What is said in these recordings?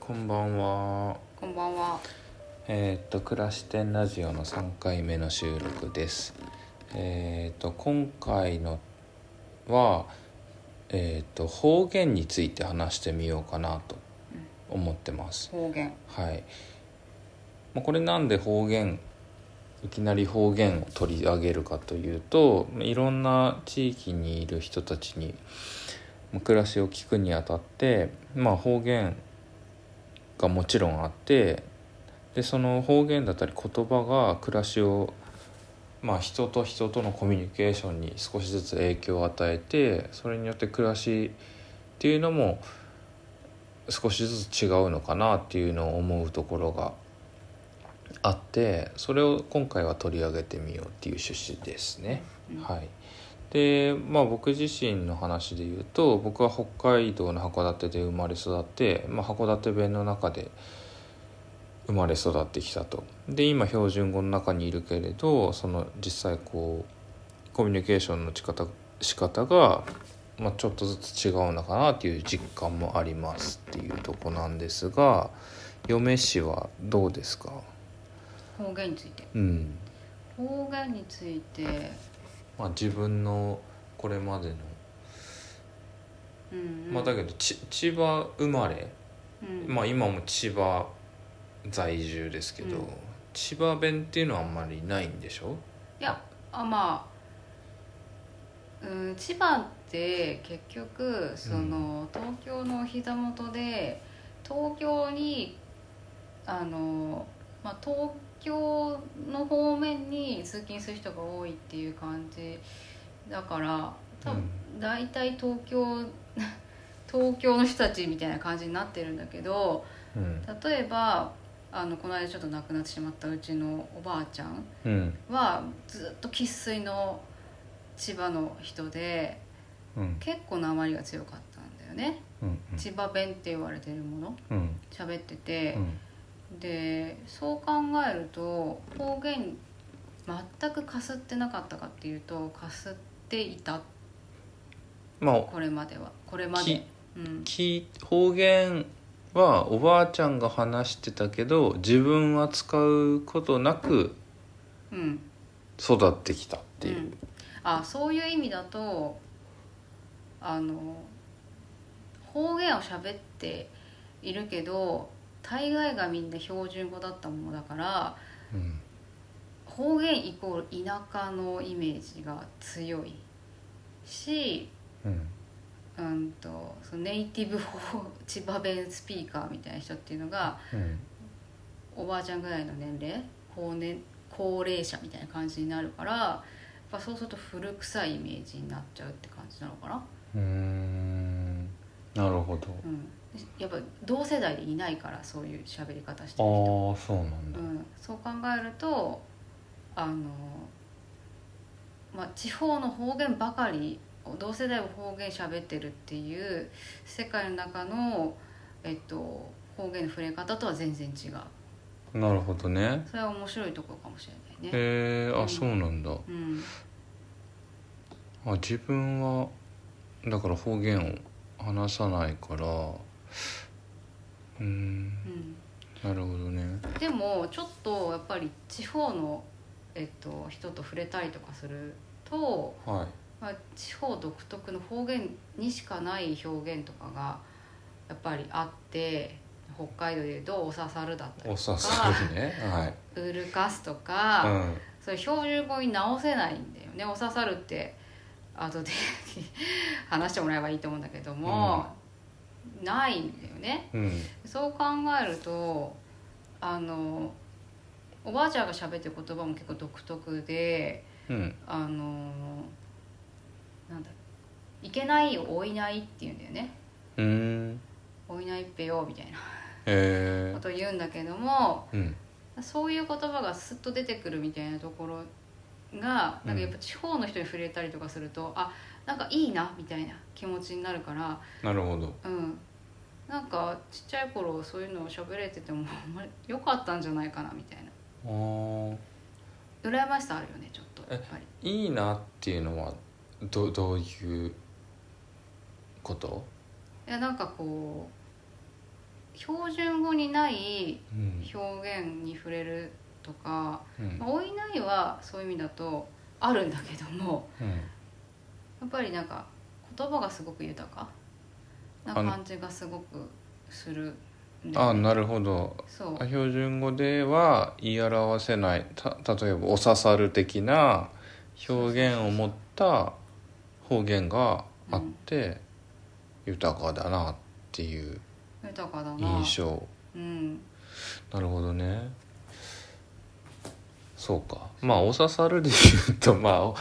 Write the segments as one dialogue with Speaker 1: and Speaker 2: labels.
Speaker 1: こんばんは。
Speaker 2: こんばんは。
Speaker 1: えーっと暮らし天ラジオの3回目の収録です。えーっと今回のはえーっと方言について話してみようかなと思ってます。
Speaker 2: 方言。
Speaker 1: はい。まあこれなんで方言いきなり方言を取り上げるかというといろんな地域にいる人たちにまあ暮らしを聞くにあたって、まあ、方言がもちろんあってでその方言だったり言葉が暮らしを、まあ、人と人とのコミュニケーションに少しずつ影響を与えてそれによって暮らしっていうのも少しずつ違うのかなっていうのを思うところがあってそれを今回は取り上げてみようっていう趣旨ですね。
Speaker 2: うん
Speaker 1: はい、でまあ僕自身の話で言うと僕は北海道の函館で生まれ育って、まあ、函館弁の中で生まれ育ってきたと。で今標準語の中にいるけれどその実際こうコミュニケーションの仕方仕方が、まあ、ちょっとずつ違うのかなっていう実感もありますっていうとこなんですが嫁氏はどうですか
Speaker 2: 方言について。
Speaker 1: うん
Speaker 2: 方言について。
Speaker 1: まあ、自分のこれまでの、
Speaker 2: うん、うん。
Speaker 1: まあ、だけどち千葉生まれ、
Speaker 2: うん。
Speaker 1: まあ、今も千葉在住ですけど、
Speaker 2: うん
Speaker 1: 千葉弁っていうのはあんまりないんでしょ
Speaker 2: いや、あ、まあ。うん、千葉って結局その、東京のお膝元で東京にあの、まあ、東京の方面に通勤する人が多いっていう感じだから多分大体東京 東京の人たちみたいな感じになってるんだけど
Speaker 1: うん
Speaker 2: 例えばあのこの間ちょっと亡くなってしまったうちのおばあちゃん
Speaker 1: うん
Speaker 2: はずっと生粋の千葉の人で
Speaker 1: うん
Speaker 2: 結構なまりが強かったんだよね
Speaker 1: うん
Speaker 2: 千葉弁って言われてるもの
Speaker 1: うんうん
Speaker 2: 喋ってて
Speaker 1: う、ん
Speaker 2: でそう考えると方言全くかすってなかったかっていうとかすっていた
Speaker 1: まあ
Speaker 2: これまではこれまで
Speaker 1: き。
Speaker 2: うん
Speaker 1: 聞い方言はおばあちゃんが話してたけど自分は使うことなく
Speaker 2: うん、
Speaker 1: 育ってきたっていう、
Speaker 2: ん、あそういう意味だとあの方言を喋っているけど大概がみんな標準語だったものだから
Speaker 1: うん
Speaker 2: 方言イコール田舎のイメージが強いし、
Speaker 1: うん
Speaker 2: うん、とそのネイティブ方千葉弁スピーカーみたいな人っていうのが
Speaker 1: うん
Speaker 2: おばあちゃんぐらいの年齢高年高齢者みたいな感じになるからやっぱそうすると古臭いイメージになっちゃうって感じなのかな。
Speaker 1: うーんなるほど
Speaker 2: うん、やっぱ同世代でいないからそういう喋り方してる人、
Speaker 1: ああそうなんだ
Speaker 2: うん、そう考えるとあの、まあ、地方の方言ばかり同世代を方言喋ってるっていう世界の中の、えっと、方言の触れ方とは全然違う
Speaker 1: なるほどね
Speaker 2: それは面白いところかもしれないね。
Speaker 1: へえ
Speaker 2: う
Speaker 1: あ
Speaker 2: ん
Speaker 1: そうなんだ
Speaker 2: うん
Speaker 1: あ自分はだから方言を話さないからうーん
Speaker 2: うん
Speaker 1: なるほどね
Speaker 2: でもちょっとやっぱり地方の、えっと、人と触れたりとかすると
Speaker 1: は
Speaker 2: まあ、地方独特の方言にしかない表現とかがやっぱりあって北海道でいうと「おささる」だった
Speaker 1: い
Speaker 2: り
Speaker 1: お
Speaker 2: と
Speaker 1: さ
Speaker 2: か
Speaker 1: するねはい
Speaker 2: 「うるかす」とか、
Speaker 1: うん
Speaker 2: そういう標準語に直せないんだよね「おささる」って後で 話してもらえばいいと思うんだけども、ないんだよね。
Speaker 1: うん
Speaker 2: そう考えるとあのおばあちゃんが喋ってる言葉も結構独特で。
Speaker 1: うん
Speaker 2: あのーなんだいけないよおいないって言うんだよね
Speaker 1: うーん
Speaker 2: おいないっぺよみたい
Speaker 1: へ
Speaker 2: な
Speaker 1: え
Speaker 2: ことを言うんだけども
Speaker 1: うん
Speaker 2: そういう言葉がスッと出てくるみたいなところがなんかやっぱ地方の人に触れたりとかすると、あなんかいいなみたいな気持ちになるから
Speaker 1: なるほど
Speaker 2: うんなんかちっちゃい頃そういうのを喋れててもあんまり良かったんじゃないかなみたいな
Speaker 1: あー
Speaker 2: 羨ましさあるよねちょっとやっぱり
Speaker 1: いいなっていうのはどどういうこと
Speaker 2: いやなんかこう標準語にない
Speaker 1: うん
Speaker 2: 表現に触れるとか
Speaker 1: うん
Speaker 2: まあおいないはそういう意味だとあるんだけども
Speaker 1: うん
Speaker 2: やっぱりなんか言葉がすごく豊かな
Speaker 1: あの
Speaker 2: 感じがすごくするんだ
Speaker 1: あ
Speaker 2: よね
Speaker 1: なるほど
Speaker 2: そう
Speaker 1: 標準語では言い表せないた例えば「お刺さる」的な表現を持った方言があって、豊かだなっていう
Speaker 2: 豊かだな
Speaker 1: 印象、
Speaker 2: うん
Speaker 1: なるほどねそうかまあ「お刺さる」で言うと まあお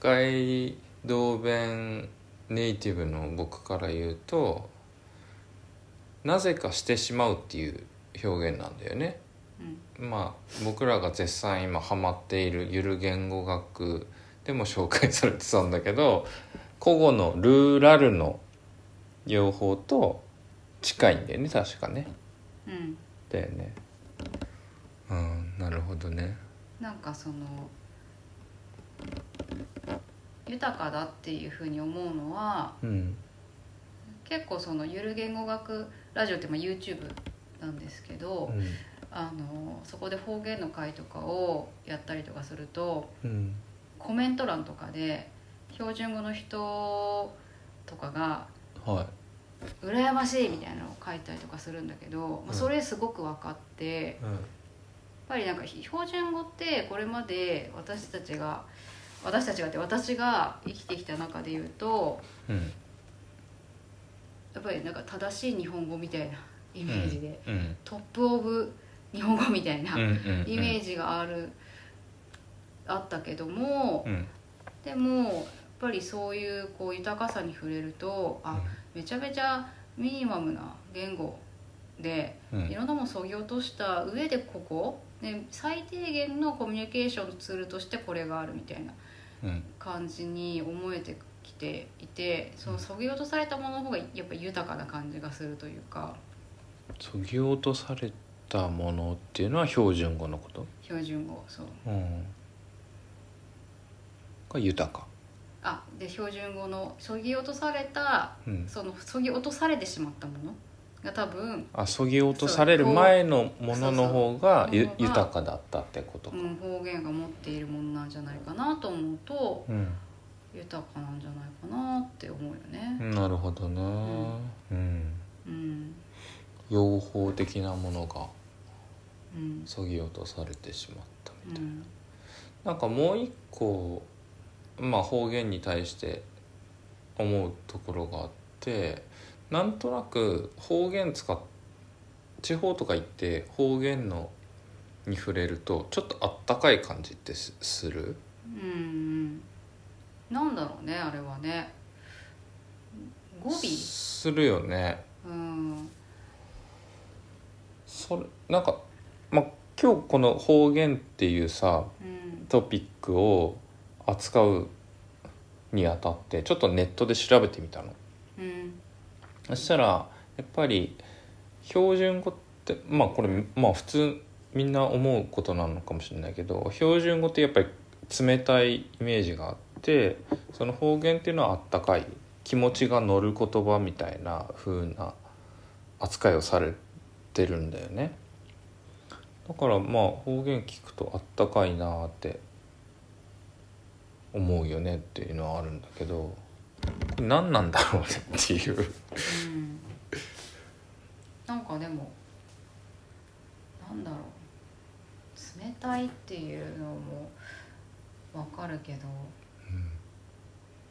Speaker 1: 北海道弁ネイティブの僕から言うとなぜかしてしまうっていう表現なんだよね。
Speaker 2: うん
Speaker 1: まあ僕らが絶賛今ハマっているゆる言語学でも紹介されてたんだけど古語のルーラルの用法と近いんだよね確かね
Speaker 2: うん
Speaker 1: だよねうんなるほどね
Speaker 2: なんかその豊かだっていうふうに思うのは
Speaker 1: うん
Speaker 2: 結構そのゆる言語学ラジオってまあ YouTube なんですけど、
Speaker 1: うん
Speaker 2: あのそこで方言の会とかをやったりとかすると
Speaker 1: うん
Speaker 2: コメント欄とかで標準語の人とかが
Speaker 1: はい
Speaker 2: 「羨ましい」みたいなのを書いたりとかするんだけど、まあ、それすごく分かって。やっぱりなんか標準語ってこれまで私たちが私たちがって私が生きてきた中で言うと
Speaker 1: うん
Speaker 2: やっぱりなんか正しい日本語みたいなイメージで、
Speaker 1: うん
Speaker 2: トップ・オブ日本語みたいな
Speaker 1: うんうん
Speaker 2: イメージがある、あったけども
Speaker 1: うん
Speaker 2: でもやっぱりそういうこう豊かさに触れるとあめちゃめちゃミニマムな言語で
Speaker 1: うん
Speaker 2: いろんなものをそぎ落とした上でここ、ね、最低限のコミュニケーションのツールとしてこれがあるみたいな
Speaker 1: うん
Speaker 2: 感じに思えてきていてそのそぎ落とされたものの方がやっぱ豊かな感じがするというか
Speaker 1: そぎ落とされたものっていうのは標準語のこと
Speaker 2: 標準語そう
Speaker 1: うんが豊か、
Speaker 2: あで標準語のそぎ落とされた
Speaker 1: うん、
Speaker 2: そのそぎ落とされてしまったものが多分、
Speaker 1: あそぎ落とされる前のものの方がゆ
Speaker 2: そうそう
Speaker 1: 豊かだったってこと
Speaker 2: う
Speaker 1: か、
Speaker 2: ん、方言が持っているものなんじゃないかなと思うと
Speaker 1: うん
Speaker 2: 豊かなんじゃないかなって思うよね。
Speaker 1: なるほどね、うん、
Speaker 2: うん、
Speaker 1: 用法的なものが
Speaker 2: うん、
Speaker 1: そぎ落とされてしまった
Speaker 2: うん、
Speaker 1: なんかもう一個、まあ、方言に対して思うところがあってなんとなく方言使っ地方とか行って方言のに触れるとちょっとあったかい感じってすする
Speaker 2: うんなんだろうねあれはね語尾
Speaker 1: するよね
Speaker 2: うん
Speaker 1: それなんか、まあ、今日この方言っていうさ
Speaker 2: うん
Speaker 1: トピックを扱うにあたってちょっとネットで調べてみたの。
Speaker 2: うん
Speaker 1: そしたらやっぱり標準語ってまあこれまあ普通みんな思うことなのかもしれないけど標準語ってやっぱり冷たいイメージがあってその方言っていうのはあったかい気持ちが乗る言葉みたいな風な扱いをされてるんだよねだからまあ方言聞くとあったかいなって思うよねっていうのはあるんだけどこれ何なんだろうねっていう。
Speaker 2: うんなんかでもなんだろう冷たいっていうのもわかるけど、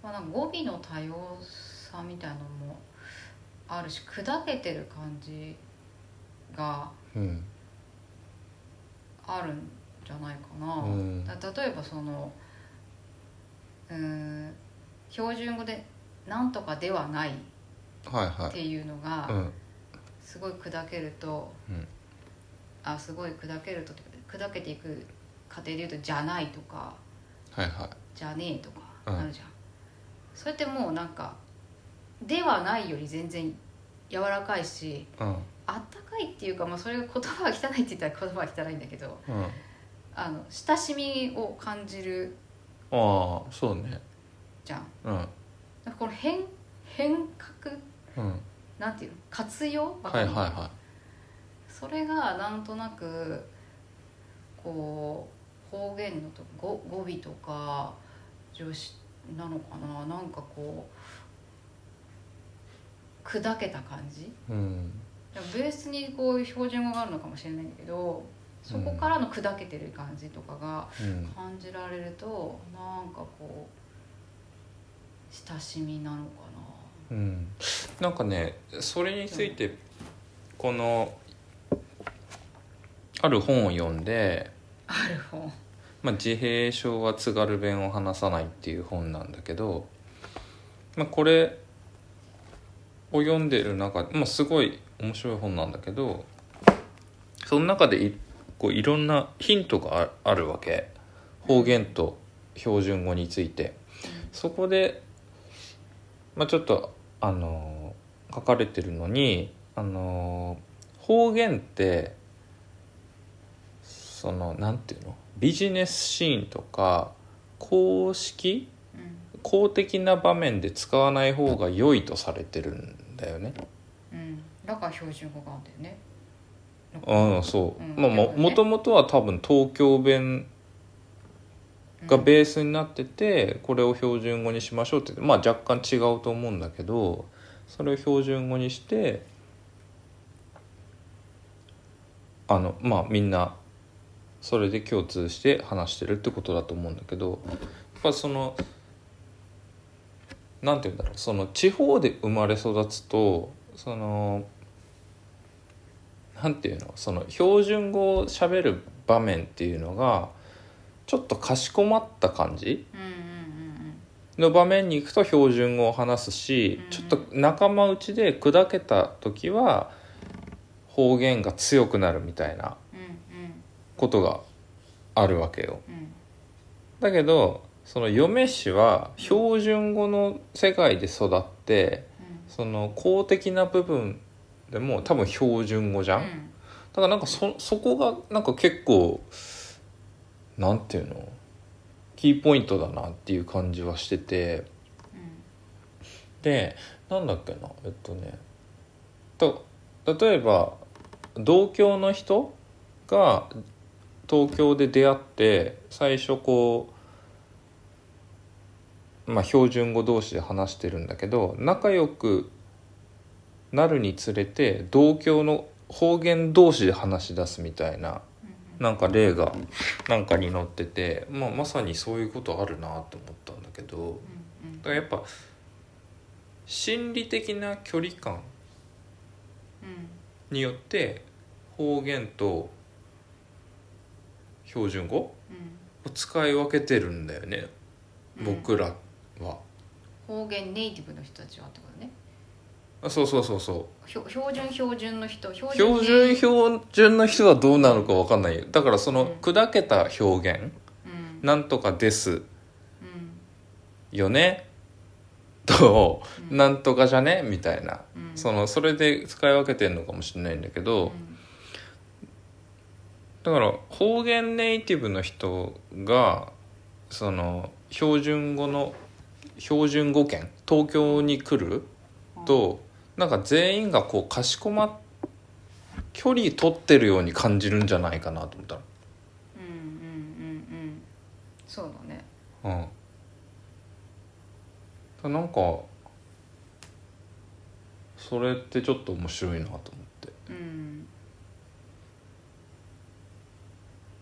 Speaker 2: まあ、なんか語尾の多様さみたいなのもあるし砕けてる感じが
Speaker 1: うん
Speaker 2: あるんじゃないかな、
Speaker 1: うん
Speaker 2: だ例えばそのうーん標準語で「なんとかではない」っ
Speaker 1: はいは
Speaker 2: ていうの
Speaker 1: い。う
Speaker 2: が
Speaker 1: ん
Speaker 2: すごい砕けると、
Speaker 1: うん
Speaker 2: あすごい砕けると砕けていく過程で言うと「じゃない」とか
Speaker 1: はいはい。
Speaker 2: 「じゃねえ」とか
Speaker 1: うん
Speaker 2: なるじゃん、それってもうなんか「ではない」より全然柔らかいし
Speaker 1: うん
Speaker 2: あったかいっていうか、まあ、それが言葉が汚いって言ったら言葉は汚いんだけど
Speaker 1: うん。あ
Speaker 2: あの親しみを感じる
Speaker 1: あそうね。
Speaker 2: じゃん
Speaker 1: うん
Speaker 2: なんかこの変変革
Speaker 1: うん
Speaker 2: なんていうの活用
Speaker 1: はいはいは
Speaker 2: それがなんとなくこう方言のと語語尾とか助詞なのかななんかこう砕けた感じ
Speaker 1: うん
Speaker 2: でもベースにこう標準語があるのかもしれないんだけどそこからの砕けてる感じとかが
Speaker 1: うん
Speaker 2: 感じられるとなんかこう親しみなのかな
Speaker 1: うん、なんかねそれについてこのある本を読んで
Speaker 2: ある本
Speaker 1: 「まあ、自閉症は津軽弁を話さない」っていう本なんだけど、まあ、これを読んでる中で、まあ、すごい面白い本なんだけどその中でいこういろんなヒントがああるわけ方言と標準語について。そこで、まあ、ちょっとあの書かれてるのにあの方言ってそのなんていうのビジネスシーンとか公式
Speaker 2: う
Speaker 1: 公的な場面で使わない方が良いとされてるんだよね。
Speaker 2: ん、うん、だから標準語があるんだよね
Speaker 1: うん、そう、
Speaker 2: うん
Speaker 1: まあも
Speaker 2: でもね
Speaker 1: もともとは多分東京弁がベースになっててこれを標準語にしましょうってまあ若干違うと思うんだけどそれを標準語にしてあのまあみんなそれで共通して話してるってことだと思うんだけどやっぱそのなんて言うんだろうその地方で生まれ育つとそのなんていうのその標準語を喋る場面っていうのがちょっとかしこまった感じ
Speaker 2: うんう
Speaker 1: の
Speaker 2: ん
Speaker 1: 場面に行くと標準語を話すし、
Speaker 2: うん
Speaker 1: ちょっと仲間内で砕けた時は方言が強くなるみたいな
Speaker 2: うんうんうん
Speaker 1: ことがあるわけよ。
Speaker 2: うんうん
Speaker 1: だけどその嫁氏は標準語の世界で育ってその公的な部分でも多分標準語じゃ
Speaker 2: うん
Speaker 1: ん、
Speaker 2: うん
Speaker 1: ただなんかそそこがなんか結構なんていうのキーポイントだなっていう感じはしててでなんだっけなえっとねと例えば同郷の人が東京で出会って最初こうまあ標準語同士で話してるんだけど仲良くなるにつれて同郷の方言同士で話し出すみたいな
Speaker 2: うん
Speaker 1: なんか例がなんかに載ってて、まあ、まさにそういうことあるなと思ったんだけど
Speaker 2: うん
Speaker 1: だからやっぱ心理的な距離感
Speaker 2: うん
Speaker 1: によって方言と標準語
Speaker 2: うん
Speaker 1: を使い分けてるんだよね、
Speaker 2: うん
Speaker 1: 僕らは
Speaker 2: 方言ネイティブの人たちはってことね
Speaker 1: あそうそうそうそう
Speaker 2: ひょ標準標準の人標
Speaker 1: 標準
Speaker 2: ネイ
Speaker 1: 標準の人はどうなのか分かんないよだからそうの
Speaker 2: ん
Speaker 1: 砕けた表現「
Speaker 2: うん
Speaker 1: なんとかです
Speaker 2: うん
Speaker 1: よね」と「
Speaker 2: うん
Speaker 1: なんとかじゃね」みたいな
Speaker 2: うん
Speaker 1: そのそれで使い分けてるのかもしれないんだけど、
Speaker 2: うん
Speaker 1: だから方言ネイティブの人がその標準語の標準語圏東京に来るとなんか全員がこうかしこまっ距離取ってるように感じるんじゃないかなと思った
Speaker 2: うんうんうんうんそうだね
Speaker 1: の。うんだなんかそれってちょっと面白いなと思って。
Speaker 2: うん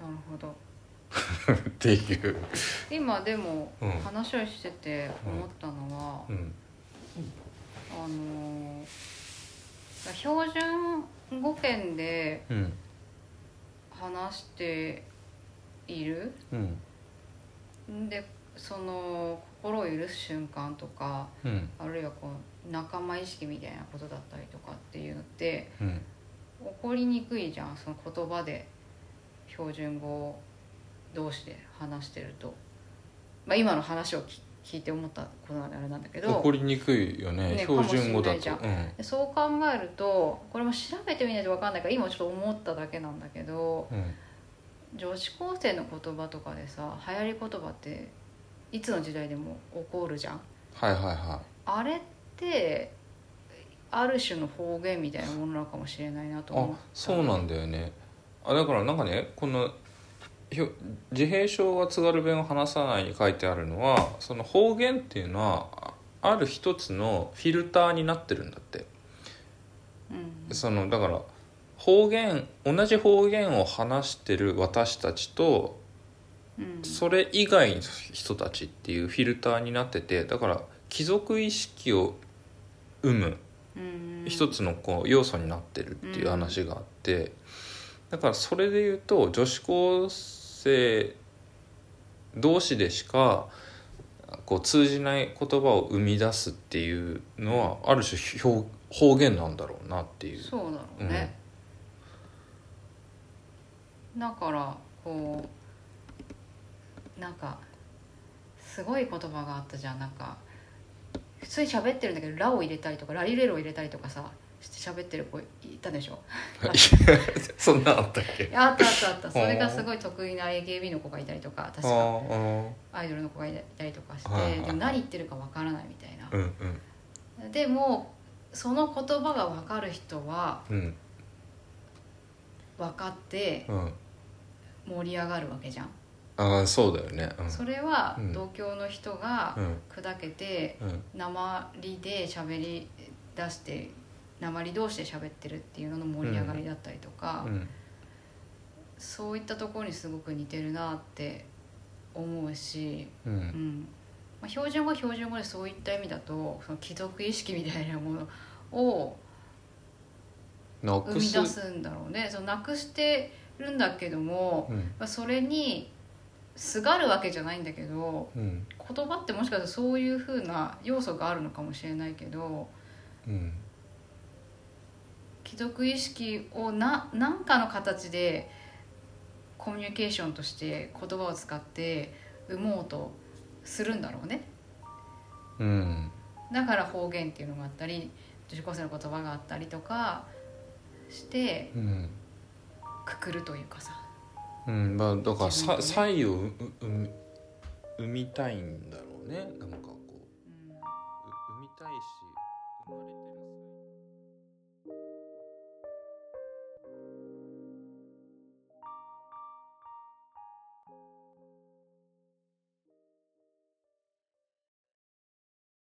Speaker 2: なるほど
Speaker 1: っていう。
Speaker 2: 今でも
Speaker 1: うん
Speaker 2: 話をしてて思ったのは、
Speaker 1: うん
Speaker 2: あのー標準語圏で
Speaker 1: うん
Speaker 2: 話している
Speaker 1: うん
Speaker 2: でその心を許す瞬間とか
Speaker 1: うん
Speaker 2: あるいはこう仲間意識みたいなことだったりとかっていうのって
Speaker 1: うん
Speaker 2: 起こりにくいじゃんその言葉で標準語同士で話してると、まあ、今の話をき聞いて思ったことなんであれなんだけど
Speaker 1: 怒りにくいよね
Speaker 2: ね
Speaker 1: 標準語だ
Speaker 2: かもしれ
Speaker 1: と
Speaker 2: ないじゃんでそう考えるとこれも調べてみないと分かんないから今ちょっと思っただけなんだけど
Speaker 1: うんうん
Speaker 2: 女子高生の言葉とかでさ流行り言葉っていつの時代でも起こるじゃん
Speaker 1: はいはいは
Speaker 2: あれってある種の方言みたいなものなのかもしれないなと
Speaker 1: あ
Speaker 2: 思う
Speaker 1: そうなんだよねあだからなんかねこのひょ自閉症が津軽弁を話さないに書いてあるのはその方言っていうのはあある一つのフィルターになってるんだって
Speaker 2: うん
Speaker 1: そのだから方言同じ方言を話してる私たちと
Speaker 2: うん
Speaker 1: それ以外の人たちっていうフィルターになっててだから貴族意識を生む
Speaker 2: うん
Speaker 1: 一つのこう要素になってるっていう話があって、だからそれで言うと女子高生同士でしかこう通じない言葉を生み出すっていうのはある種表方言なんだろうなっていう。
Speaker 2: そうだろうね、だからこうなんかすごい言葉があったじゃんなんか普通に喋ってるんだけど「ラ」を入れたりとか「ラリレロ」を入れたりとかさして喋ってる子いたでしょ
Speaker 1: そんなんあったっけ
Speaker 2: あったあったあったそれがすごい得意な AKB の子がいたりとか確
Speaker 1: あ
Speaker 2: か
Speaker 1: ー
Speaker 2: アイドルの子がいたりとかして、
Speaker 1: はいはいはい
Speaker 2: でも何言ってるかわからないみたいな
Speaker 1: あー、うんうん
Speaker 2: でもその言葉がわかる人は
Speaker 1: うん
Speaker 2: 分かって
Speaker 1: うん
Speaker 2: 盛り上がるわけじゃん
Speaker 1: ああそうだよねうん
Speaker 2: それは
Speaker 1: うん
Speaker 2: 同郷の人が
Speaker 1: うん
Speaker 2: 砕けて
Speaker 1: うん
Speaker 2: 鉛で喋り出して鉛同士で喋ってるっていうのの盛り上がりだったりとか、
Speaker 1: うん
Speaker 2: そういったところにすごく似てるなって思うし、
Speaker 1: う
Speaker 2: うんんまあ、標準語は標準語でそういった意味だとその貴族意識みたいなものを
Speaker 1: な
Speaker 2: 生
Speaker 1: く
Speaker 2: み
Speaker 1: す
Speaker 2: 出すんだろうね。そのなくしてるんだけども
Speaker 1: うん
Speaker 2: まあそれにすがるわけじゃないんだけど
Speaker 1: うん
Speaker 2: 言葉ってもしかしたらそういうふうな要素があるのかもしれないけど
Speaker 1: うん
Speaker 2: 貴族意識をな何かの形でコミュニケーションとして言葉を使って生もうとするんだろうね
Speaker 1: うん
Speaker 2: だから方言っていうのがあったり女子高生の言葉があったりとかして
Speaker 1: うん
Speaker 2: くくるというかさ
Speaker 1: うんまあだから
Speaker 2: 自分
Speaker 1: さ
Speaker 2: とね
Speaker 1: 才をううう生みたいんだろうねなんかこう
Speaker 2: うん
Speaker 1: う生みたいし生まれ